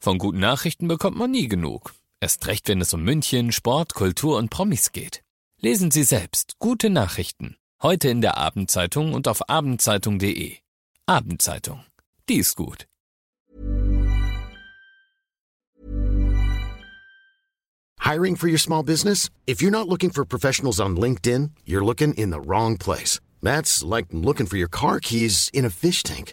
Von guten Nachrichten bekommt man nie genug. Erst recht, wenn es um München, Sport, Kultur und Promis geht. Lesen Sie selbst gute Nachrichten. Heute in der Abendzeitung und auf abendzeitung.de. Abendzeitung. Die ist gut. Hiring for your small business? If you're not looking for professionals on LinkedIn, you're looking in the wrong place. That's like looking for your car keys in a fish tank.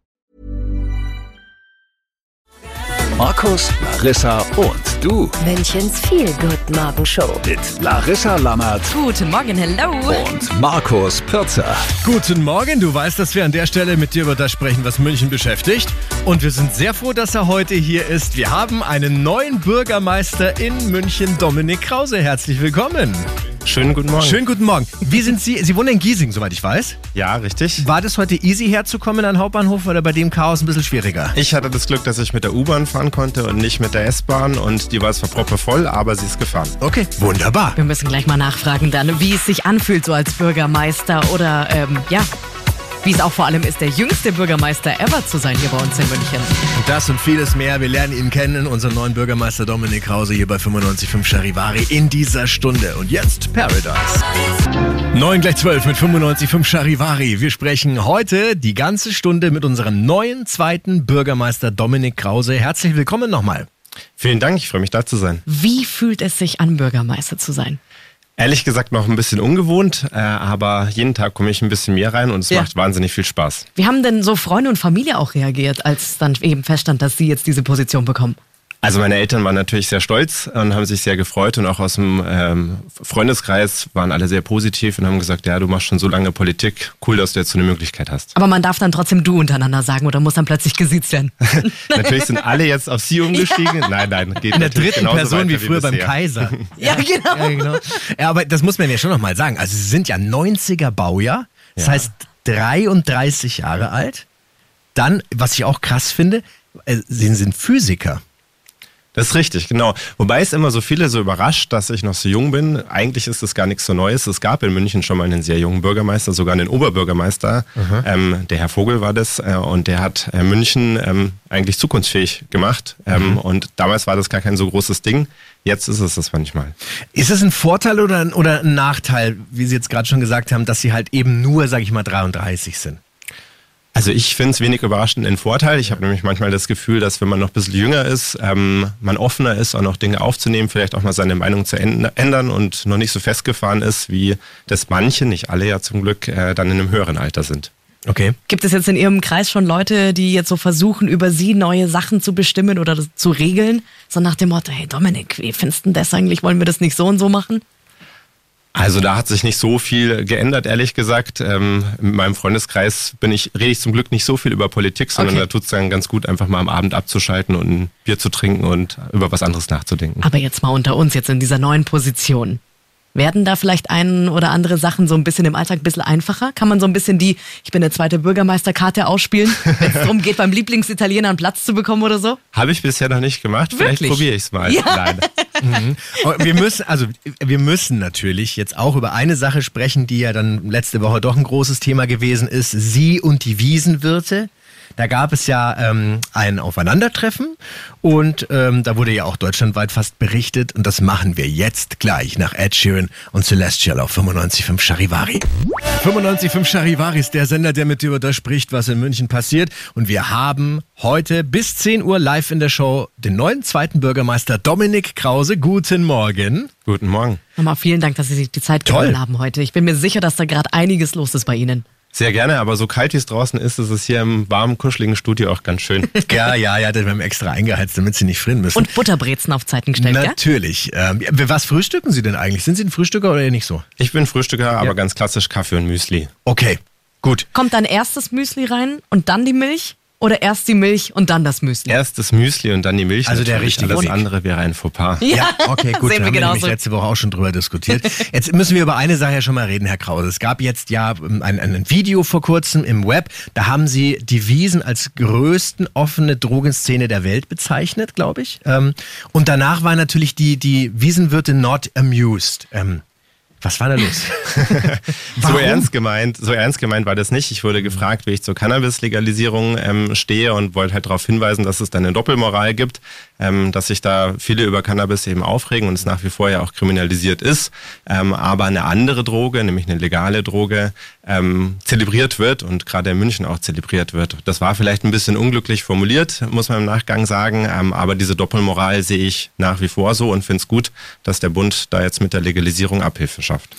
Markus, Larissa und du Münchens Feel Good Morgenshow. mit Larissa Lammert Guten Morgen, hello. und Markus Pirzer. Guten Morgen, du weißt, dass wir an der Stelle mit dir über das sprechen, was München beschäftigt. Und wir sind sehr froh, dass er heute hier ist. Wir haben einen neuen Bürgermeister in München, Dominik Krause. Herzlich willkommen. Schönen guten Morgen. Schönen guten Morgen. Wie sind Sie? Sie wohnen in Giesing, soweit ich weiß. Ja, richtig. War das heute easy herzukommen an den Hauptbahnhof oder bei dem Chaos ein bisschen schwieriger? Ich hatte das Glück, dass ich mit der U-Bahn fahren konnte und nicht mit der S-Bahn und die war zwar proppevoll, aber sie ist gefahren. Okay, wunderbar. Wir müssen gleich mal nachfragen dann, wie es sich anfühlt so als Bürgermeister oder ähm, ja, wie es auch vor allem ist, der jüngste Bürgermeister ever zu sein hier bei uns in München. Das und vieles mehr. Wir lernen ihn kennen, unseren neuen Bürgermeister Dominik Krause hier bei 95.5 Charivari in dieser Stunde. Und jetzt Paradise. 9 gleich 12 mit 95.5 Charivari. Wir sprechen heute die ganze Stunde mit unserem neuen zweiten Bürgermeister Dominik Krause. Herzlich willkommen nochmal. Vielen Dank, ich freue mich da zu sein. Wie fühlt es sich an, Bürgermeister zu sein? Ehrlich gesagt noch ein bisschen ungewohnt, äh, aber jeden Tag komme ich ein bisschen mehr rein und es Ja. macht wahnsinnig viel Spaß. Wie haben denn so Freunde und Familie auch reagiert, als dann eben feststand, dass Sie jetzt diese Position bekommen? Also meine Eltern waren natürlich sehr stolz und haben sich sehr gefreut und auch aus dem ähm, Freundeskreis waren alle sehr positiv und haben gesagt, ja, du machst schon so lange Politik, cool, dass du jetzt so eine Möglichkeit hast. Aber man darf dann trotzdem du untereinander sagen oder muss dann plötzlich gesiezt werden? natürlich sind alle jetzt auf sie umgestiegen. Nein, nein, geht In der natürlich dritten genauso Person wie weiter früher beim bisher. Kaiser. Ja, genau. Ja, genau. Ja, aber das muss man ja schon nochmal sagen. Also Sie sind ja 90er Baujahr, das Ja. heißt 33 Jahre alt. Dann, was ich auch krass finde, äh, Sie sind Physiker. Das ist richtig, genau. Wobei es immer so viele so überrascht, dass ich noch so jung bin. Eigentlich ist das gar nichts so Neues. Es gab in München schon mal einen sehr jungen Bürgermeister, sogar einen Oberbürgermeister. Ähm, der Herr Vogel war das äh, und der hat äh, München ähm, eigentlich zukunftsfähig gemacht. Ähm, Und damals war das gar kein so großes Ding. Jetzt ist es das manchmal. Ist es ein Vorteil oder ein, oder ein Nachteil, wie Sie jetzt gerade schon gesagt haben, dass Sie halt eben nur, sag ich mal, 33 sind? Also ich finde es wenig überraschend in Vorteil. Ich habe nämlich manchmal das Gefühl, dass wenn man noch ein bisschen jünger ist, ähm, man offener ist, auch noch Dinge aufzunehmen, vielleicht auch mal seine Meinung zu änd- ändern und noch nicht so festgefahren ist, wie das manche, nicht alle ja zum Glück, äh, dann in einem höheren Alter sind. Okay. Gibt es jetzt in Ihrem Kreis schon Leute, die jetzt so versuchen, über Sie neue Sachen zu bestimmen oder das zu regeln? So nach dem Motto, hey Dominik, wie findest du denn das eigentlich? Wollen wir das nicht so und so machen? Also da hat sich nicht so viel geändert, ehrlich gesagt. Ähm, in meinem Freundeskreis bin ich, rede ich zum Glück nicht so viel über Politik, sondern Okay. da tut es dann ganz gut, einfach mal am Abend abzuschalten und ein Bier zu trinken und über was anderes nachzudenken. Aber jetzt mal unter uns, jetzt in dieser neuen Position. Werden da vielleicht ein oder andere Sachen so ein bisschen im Alltag ein bisschen einfacher? Kann man so ein bisschen die, ich bin der zweite Bürgermeisterkarte ausspielen, wenn es darum geht, beim Lieblingsitaliener einen Platz zu bekommen oder so? Habe ich bisher noch nicht gemacht, vielleicht Wirklich? probiere ich es mal. Ja. Nein. Und Wir müssen, also wir müssen natürlich jetzt auch über eine Sache sprechen, die ja dann letzte Woche doch ein großes Thema gewesen ist. Sie und die Wiesenwirte. Da gab es ja ähm, ein Aufeinandertreffen und ähm, da wurde ja auch deutschlandweit fast berichtet und das machen wir jetzt gleich nach Ed Sheeran und Celestial auf 95.5 Charivari. 95.5 Charivari ist der Sender, der mit dir über das spricht, was in München passiert. Und wir haben heute bis 10 Uhr live in der Show den neuen zweiten Bürgermeister Dominik Krause. Guten Morgen. Guten Morgen. Nochmal vielen Dank, dass Sie sich die Zeit Toll. genommen haben heute. Ich bin mir sicher, dass da gerade einiges los ist bei Ihnen. Sehr gerne, aber so kalt wie es draußen ist, ist es hier im warmen, kuscheligen Studio auch ganz schön. Ja, ja, ja, wir haben extra eingeheizt, damit Sie nicht frieren müssen. Und Butterbrezen auf Zeiten gestellt, gell? Natürlich. Ähm, ja, was frühstücken Sie denn eigentlich? Sind Sie ein Frühstücker oder eher nicht so? Ich bin Frühstücker, aber Ja. ganz klassisch Kaffee und Müsli. Okay, gut. Kommt dann erst das Müsli rein und dann die Milch? oder erst die Milch und dann das Müsli? Erst das Müsli und dann die Milch. Also der natürlich. richtige Alles Weg. andere wäre ein Fauxpas. Ja, okay, gut. da haben Sehen wir wir nämlich genauso. letzte Woche auch schon drüber diskutiert. Jetzt müssen wir über eine Sache ja schon mal reden, Herr Krause. Es gab jetzt ja ähm, ein, ein Video vor kurzem im Web, da haben Sie die Wiesen als größten offene Drogenszene der Welt bezeichnet, glaube ich. Ähm, und danach war natürlich die, die Wiesenwirtin not amused. Ähm, was war da los? So Warum? ernst gemeint, so ernst gemeint war das nicht. Ich wurde gefragt, wie ich zur Cannabis-Legalisierung ähm, stehe und wollte halt darauf hinweisen, dass es da eine Doppelmoral gibt, ähm, dass sich da viele über Cannabis eben aufregen und es nach wie vor ja auch kriminalisiert ist, ähm, aber eine andere Droge, nämlich eine legale Droge, ähm, zelebriert wird und gerade in München auch zelebriert wird. Das war vielleicht ein bisschen unglücklich formuliert, muss man im Nachgang sagen, ähm, aber diese Doppelmoral sehe ich nach wie vor so und finde es gut, dass der Bund da jetzt mit der Legalisierung Abhilfe schafft.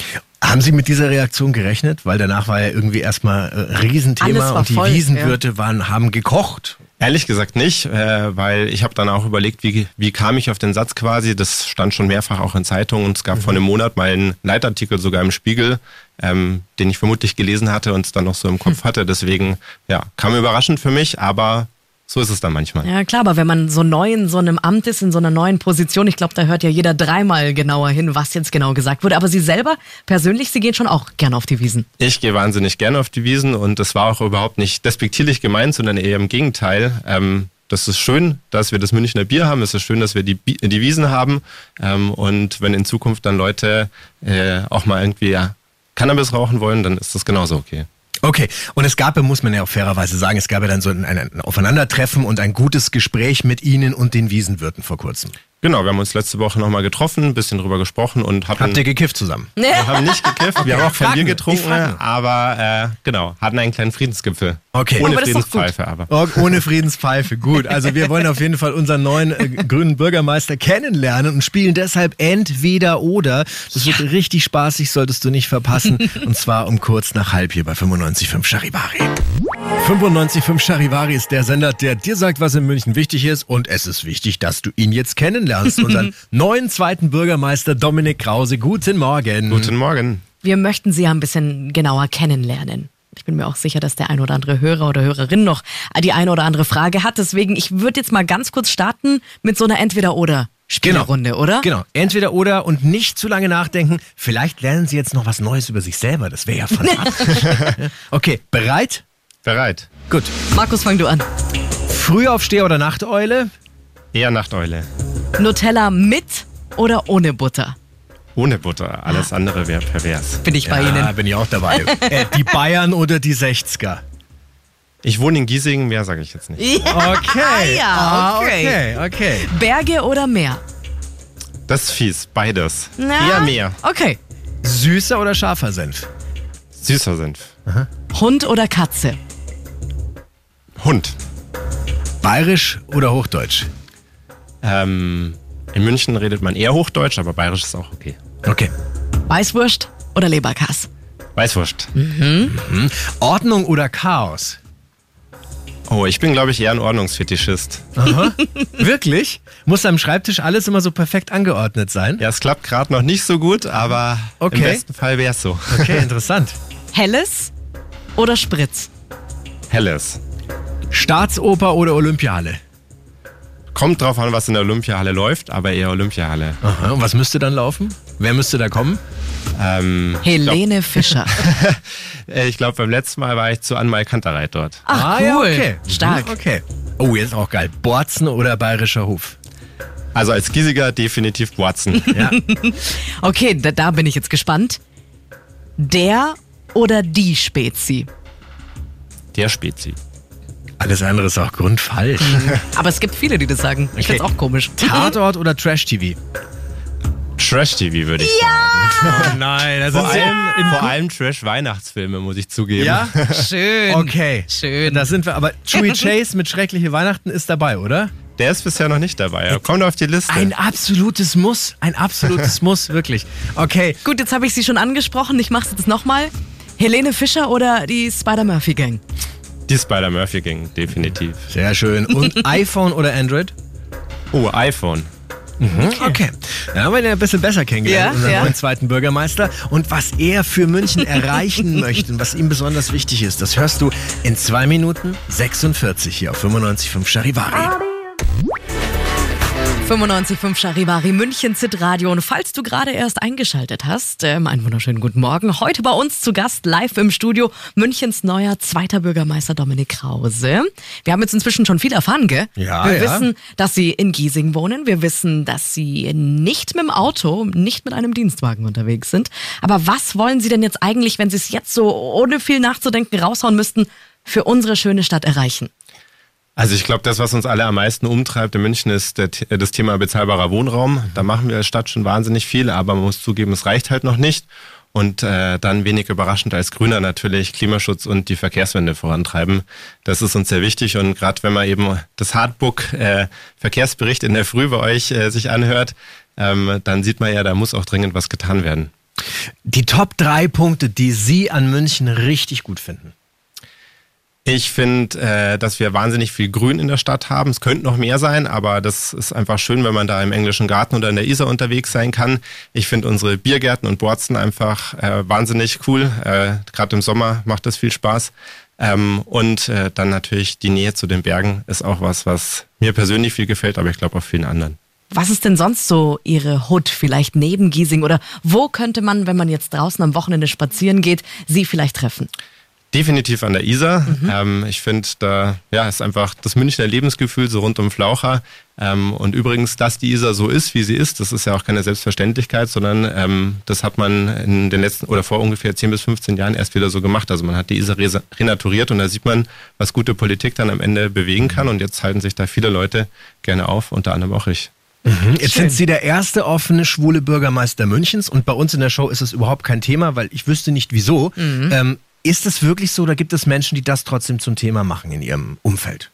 Haben Sie mit dieser Reaktion gerechnet? Weil danach war ja irgendwie erstmal äh, Alles Riesenthema war und die voll, Wiesenwirte waren, haben gekocht. Ehrlich gesagt nicht, äh, weil ich habe dann auch überlegt, wie, wie kam ich auf den Satz quasi. Das stand schon mehrfach auch in Zeitungen und es gab vor einem Monat mal einen Leitartikel sogar im Spiegel, ähm, den ich vermutlich gelesen hatte und es dann noch so im Kopf hatte. Deswegen, ja, kam überraschend für mich, aber so ist es dann manchmal. Ja klar, aber wenn man so neu in so einem Amt ist, in so einer neuen Position, ich glaube, da hört ja jeder dreimal genauer hin, was jetzt genau gesagt wurde. Aber Sie selber persönlich, Sie gehen schon auch gerne auf die Wiesen. Ich gehe wahnsinnig gerne auf die Wiesen und das war auch überhaupt nicht despektierlich gemeint, sondern eher im Gegenteil. Ähm, das ist schön, dass wir das Münchner Bier haben. Es ist schön, dass wir die, Bi- die Wiesen haben. Ähm, und wenn in Zukunft dann Leute äh, auch mal irgendwie ja, Cannabis rauchen wollen, dann ist das genauso okay. Okay, und es gab, ja, muss man ja auch fairerweise sagen, es gab ja dann so ein, ein, ein Aufeinandertreffen und ein gutes Gespräch mit Ihnen und den Wiesenwirten vor kurzem. Genau, wir haben uns letzte Woche nochmal getroffen, ein bisschen drüber gesprochen und hatten, Habt ihr gekifft zusammen? wir haben nicht gekifft, wir haben auch von Fragen Bier nur, die getrunken, Fragen nur. aber äh, genau, hatten einen kleinen Friedensgipfel. Okay. Ohne Aber das ist doch gut. Friedenspfeife aber. Oh, ohne Friedenspfeife, gut. Also wir wollen auf jeden Fall unseren neuen äh, grünen Bürgermeister kennenlernen und spielen deshalb entweder oder. Das wird richtig spaßig, solltest du nicht verpassen. und zwar um kurz nach halb hier bei 95.5 Charivari. 95.5 Charivari ist der Sender, der dir sagt, was in München wichtig ist. Und es ist wichtig, dass du ihn jetzt kennenlernst. Unseren neuen zweiten Bürgermeister Dominik Krause. Guten Morgen. Guten Morgen. Wir möchten Sie ja ein bisschen genauer kennenlernen. Ich bin mir auch sicher, dass der ein oder andere Hörer oder Hörerin noch die eine oder andere Frage hat. Deswegen, ich würde jetzt mal ganz kurz starten mit so einer Entweder-Oder-Spielrunde, oder? Genau. Entweder oder und nicht zu lange nachdenken. Vielleicht lernen Sie jetzt noch was Neues über sich selber. Das wäre ja fantastisch. okay, bereit? Bereit. Gut. Markus, fang du an. Frühaufsteher oder Nachteule? Eher Nachteule. Nutella mit oder ohne Butter? Ohne Butter. Alles andere wäre pervers. Bin ich bei Ihnen. Ah, bin ich auch dabei. äh, die Bayern oder die 60er? Ich wohne in Giesing, mehr sage ich jetzt nicht. Okay. ja, Ah, okay. okay, okay. Berge oder Meer? Das ist fies, beides. Na? Eher mehr. Okay. Süßer oder scharfer Senf? Süßer Senf. Hund oder Katze? Hund. Bayerisch oder Hochdeutsch? Ähm, in München redet man eher Hochdeutsch, aber Bayerisch ist auch okay. Okay. Weißwurst oder Leberkass? Weißwurst. Ordnung oder Chaos? Oh, ich bin, glaube ich, eher ein Ordnungsfetischist. Wirklich? Muss am Schreibtisch alles immer so perfekt angeordnet sein? Ja, es klappt gerade noch nicht so gut, aber Okay. im besten Fall wäre es so. Okay, interessant. Helles oder Spritz? Helles. Staatsoper oder Olympiahalle? Kommt drauf an, was in der Olympiahalle läuft, aber eher Olympiahalle. Aha, und was müsste dann laufen? Wer müsste da kommen? Ähm, Helene Fischer. äh, ich glaube, beim letzten Mal war ich zu Anmal Kantereit dort. Ach, Ah, ja, cool. okay. Mhm, Stark. Okay. Oh, jetzt auch geil. Borzen oder Bayerischer Hof? Also als Giesiger definitiv Boatzen. Ja. Okay, da, da bin ich jetzt gespannt. Der oder die Spezi? Der Spezi. Alles andere ist auch grundfalsch. Aber es gibt viele, die das sagen. Ich Okay. find's auch komisch. Tatort oder Trash-TV? Trash-TV würde ich sagen. Oh nein, das Vor allem, vor allem Trash-Weihnachtsfilme, muss ich zugeben. Ja? Schön. Okay. Schön. Da sind wir. Aber Chewy Chase mit Schreckliche Weihnachten ist dabei, oder? Der ist bisher noch nicht dabei. Er kommt auf die Liste. Ein absolutes Muss. Ein absolutes Muss, wirklich. Okay. Gut, jetzt habe ich sie schon angesprochen. Ich mache es jetzt nochmal. Helene Fischer oder die Spider-Murphy-Gang? die Spider-Murphy-Gang, definitiv. Sehr schön. Und iPhone oder Android? Oh, iPhone. Okay. Da haben wir ihn ja ein bisschen besser kennengelernt, Ja, unseren ja. neuen zweiten Bürgermeister. Und was er für München erreichen möchte und was ihm besonders wichtig ist, das hörst du in 2 Minuten 46 hier auf 95.5 Charivari. 95.5 Charivari München Zit Radio. Und falls du gerade erst eingeschaltet hast, ähm, einen wunderschönen guten Morgen. Heute bei uns zu Gast live im Studio Münchens neuer zweiter Bürgermeister Dominik Krause. Wir haben jetzt inzwischen schon viel erfahren, gell? Ja, Wir ja. wissen, dass Sie in Giesing wohnen. Wir wissen, dass Sie nicht mit dem Auto, nicht mit einem Dienstwagen unterwegs sind. Aber was wollen Sie denn jetzt eigentlich, wenn Sie es jetzt so ohne viel nachzudenken raushauen müssten, für unsere schöne Stadt erreichen? Also ich glaube, das, was uns alle am meisten umtreibt in München, ist der, The- das Thema bezahlbarer Wohnraum. Da machen wir als Stadt schon wahnsinnig viel, aber man muss zugeben, es reicht halt noch nicht. Und äh, dann wenig überraschend als Grüner natürlich Klimaschutz und die Verkehrswende vorantreiben. Das ist uns sehr wichtig. Und gerade wenn man eben das Hardbook äh, Verkehrsbericht in der Früh bei euch äh, sich anhört, ähm, dann sieht man ja, da muss auch dringend was getan werden. Die Top 3 Punkte, die Sie an München richtig gut finden. Ich finde, äh, dass wir wahnsinnig viel Grün in der Stadt haben. Es könnte noch mehr sein, aber das ist einfach schön, wenn man da im englischen Garten oder in der Isar unterwegs sein kann. Ich finde unsere Biergärten und Borzen einfach äh, wahnsinnig cool. Äh, Gerade im Sommer macht das viel Spaß. Ähm, und äh, dann natürlich die Nähe zu den Bergen ist auch was, was mir persönlich viel gefällt, aber ich glaube auch vielen anderen. Was ist denn sonst so Ihre Hood, vielleicht neben Giesing? Oder wo könnte man, wenn man jetzt draußen am Wochenende spazieren geht, Sie vielleicht treffen? Definitiv an der Isar. Ähm, ich finde, da ja, ist einfach das Münchner Lebensgefühl so rund um Flaucher. Ähm, und übrigens, dass die Isar so ist, wie sie ist, das ist ja auch keine Selbstverständlichkeit, sondern ähm, das hat man in den letzten oder vor ungefähr 10 bis 15 Jahren erst wieder so gemacht. Also man hat die Isar resa- renaturiert und da sieht man, was gute Politik dann am Ende bewegen kann. Und jetzt halten sich da viele Leute gerne auf, unter anderem auch ich. Mhm. Jetzt sind Sie der erste offene schwule Bürgermeister Münchens und bei uns in der Show ist es überhaupt kein Thema, weil ich wüsste nicht wieso. Mhm. Ähm, ist es wirklich so oder gibt es Menschen, die das trotzdem zum Thema machen in ihrem Umfeld?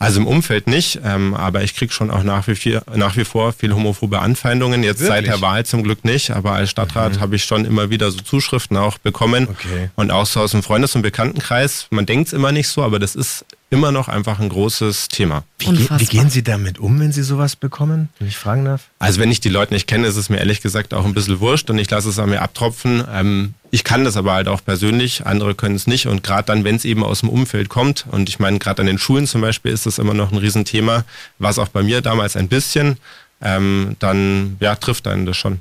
Also im Umfeld nicht, ähm, aber ich krieg schon auch nach wie, viel, nach wie vor viel homophobe Anfeindungen. Jetzt seit der Wahl zum Glück nicht, aber als Stadtrat habe ich schon immer wieder so Zuschriften auch bekommen. Okay. Und auch so aus dem Freundes- und Bekanntenkreis. Man denkt's immer nicht so, aber das ist immer noch einfach ein großes Thema. Wie, ge Unfassbar. wie gehen Sie damit um, wenn Sie sowas bekommen, wenn ich fragen darf? Also wenn ich die Leute nicht kenne, ist es mir ehrlich gesagt auch ein bisschen wurscht und ich lasse es an mir abtropfen. Ähm, ich kann das aber halt auch persönlich, andere können es nicht und gerade dann, wenn es eben aus dem Umfeld kommt und ich meine, gerade an den Schulen zum Beispiel ist das immer noch ein Riesenthema, war es auch bei mir damals ein bisschen, ähm, dann ja, trifft einen das schon.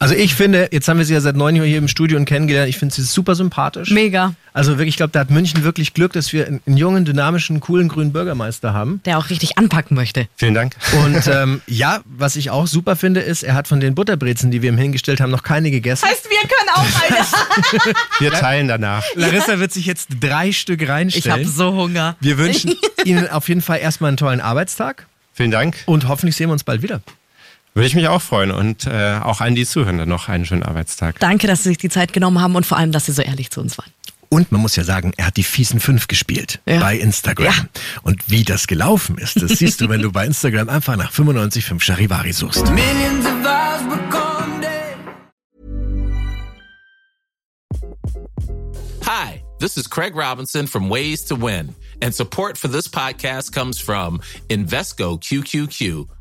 Also ich finde, jetzt haben wir Sie ja seit neun Jahren hier im Studio und kennengelernt, ich finde Sie super sympathisch. Mega. Also wirklich, ich glaube, da hat München wirklich Glück, dass wir einen, einen jungen, dynamischen, coolen, grünen Bürgermeister haben. Der auch richtig anpacken möchte. Vielen Dank. Und ähm, ja, was ich auch super finde, ist, er hat von den Butterbrezen, die wir ihm hingestellt haben, noch keine gegessen. Heißt, wir können auch eine. Wir teilen danach. Larissa wird sich jetzt drei Stück Ich habe reinstellen. so Hunger. wir wünschen Ihnen auf jeden Fall erstmal einen tollen Arbeitstag Vielen Dank. und hoffentlich sehen wir uns bald wieder. Würde ich mich auch freuen und äh, auch allen, die zuhören, dann noch einen schönen Arbeitstag. Danke, dass Sie sich die Zeit genommen haben und vor allem, dass Sie so ehrlich zu uns waren. Und man muss ja sagen, er hat die fiesen fünf gespielt Ja. bei Instagram. Ja. Und wie das gelaufen ist, das siehst du, wenn du bei Instagram einfach nach 95.5 Charivari suchst. Hi, this is Craig Robinson from Ways to Win, and support for this podcast comes from Invesco QQQ,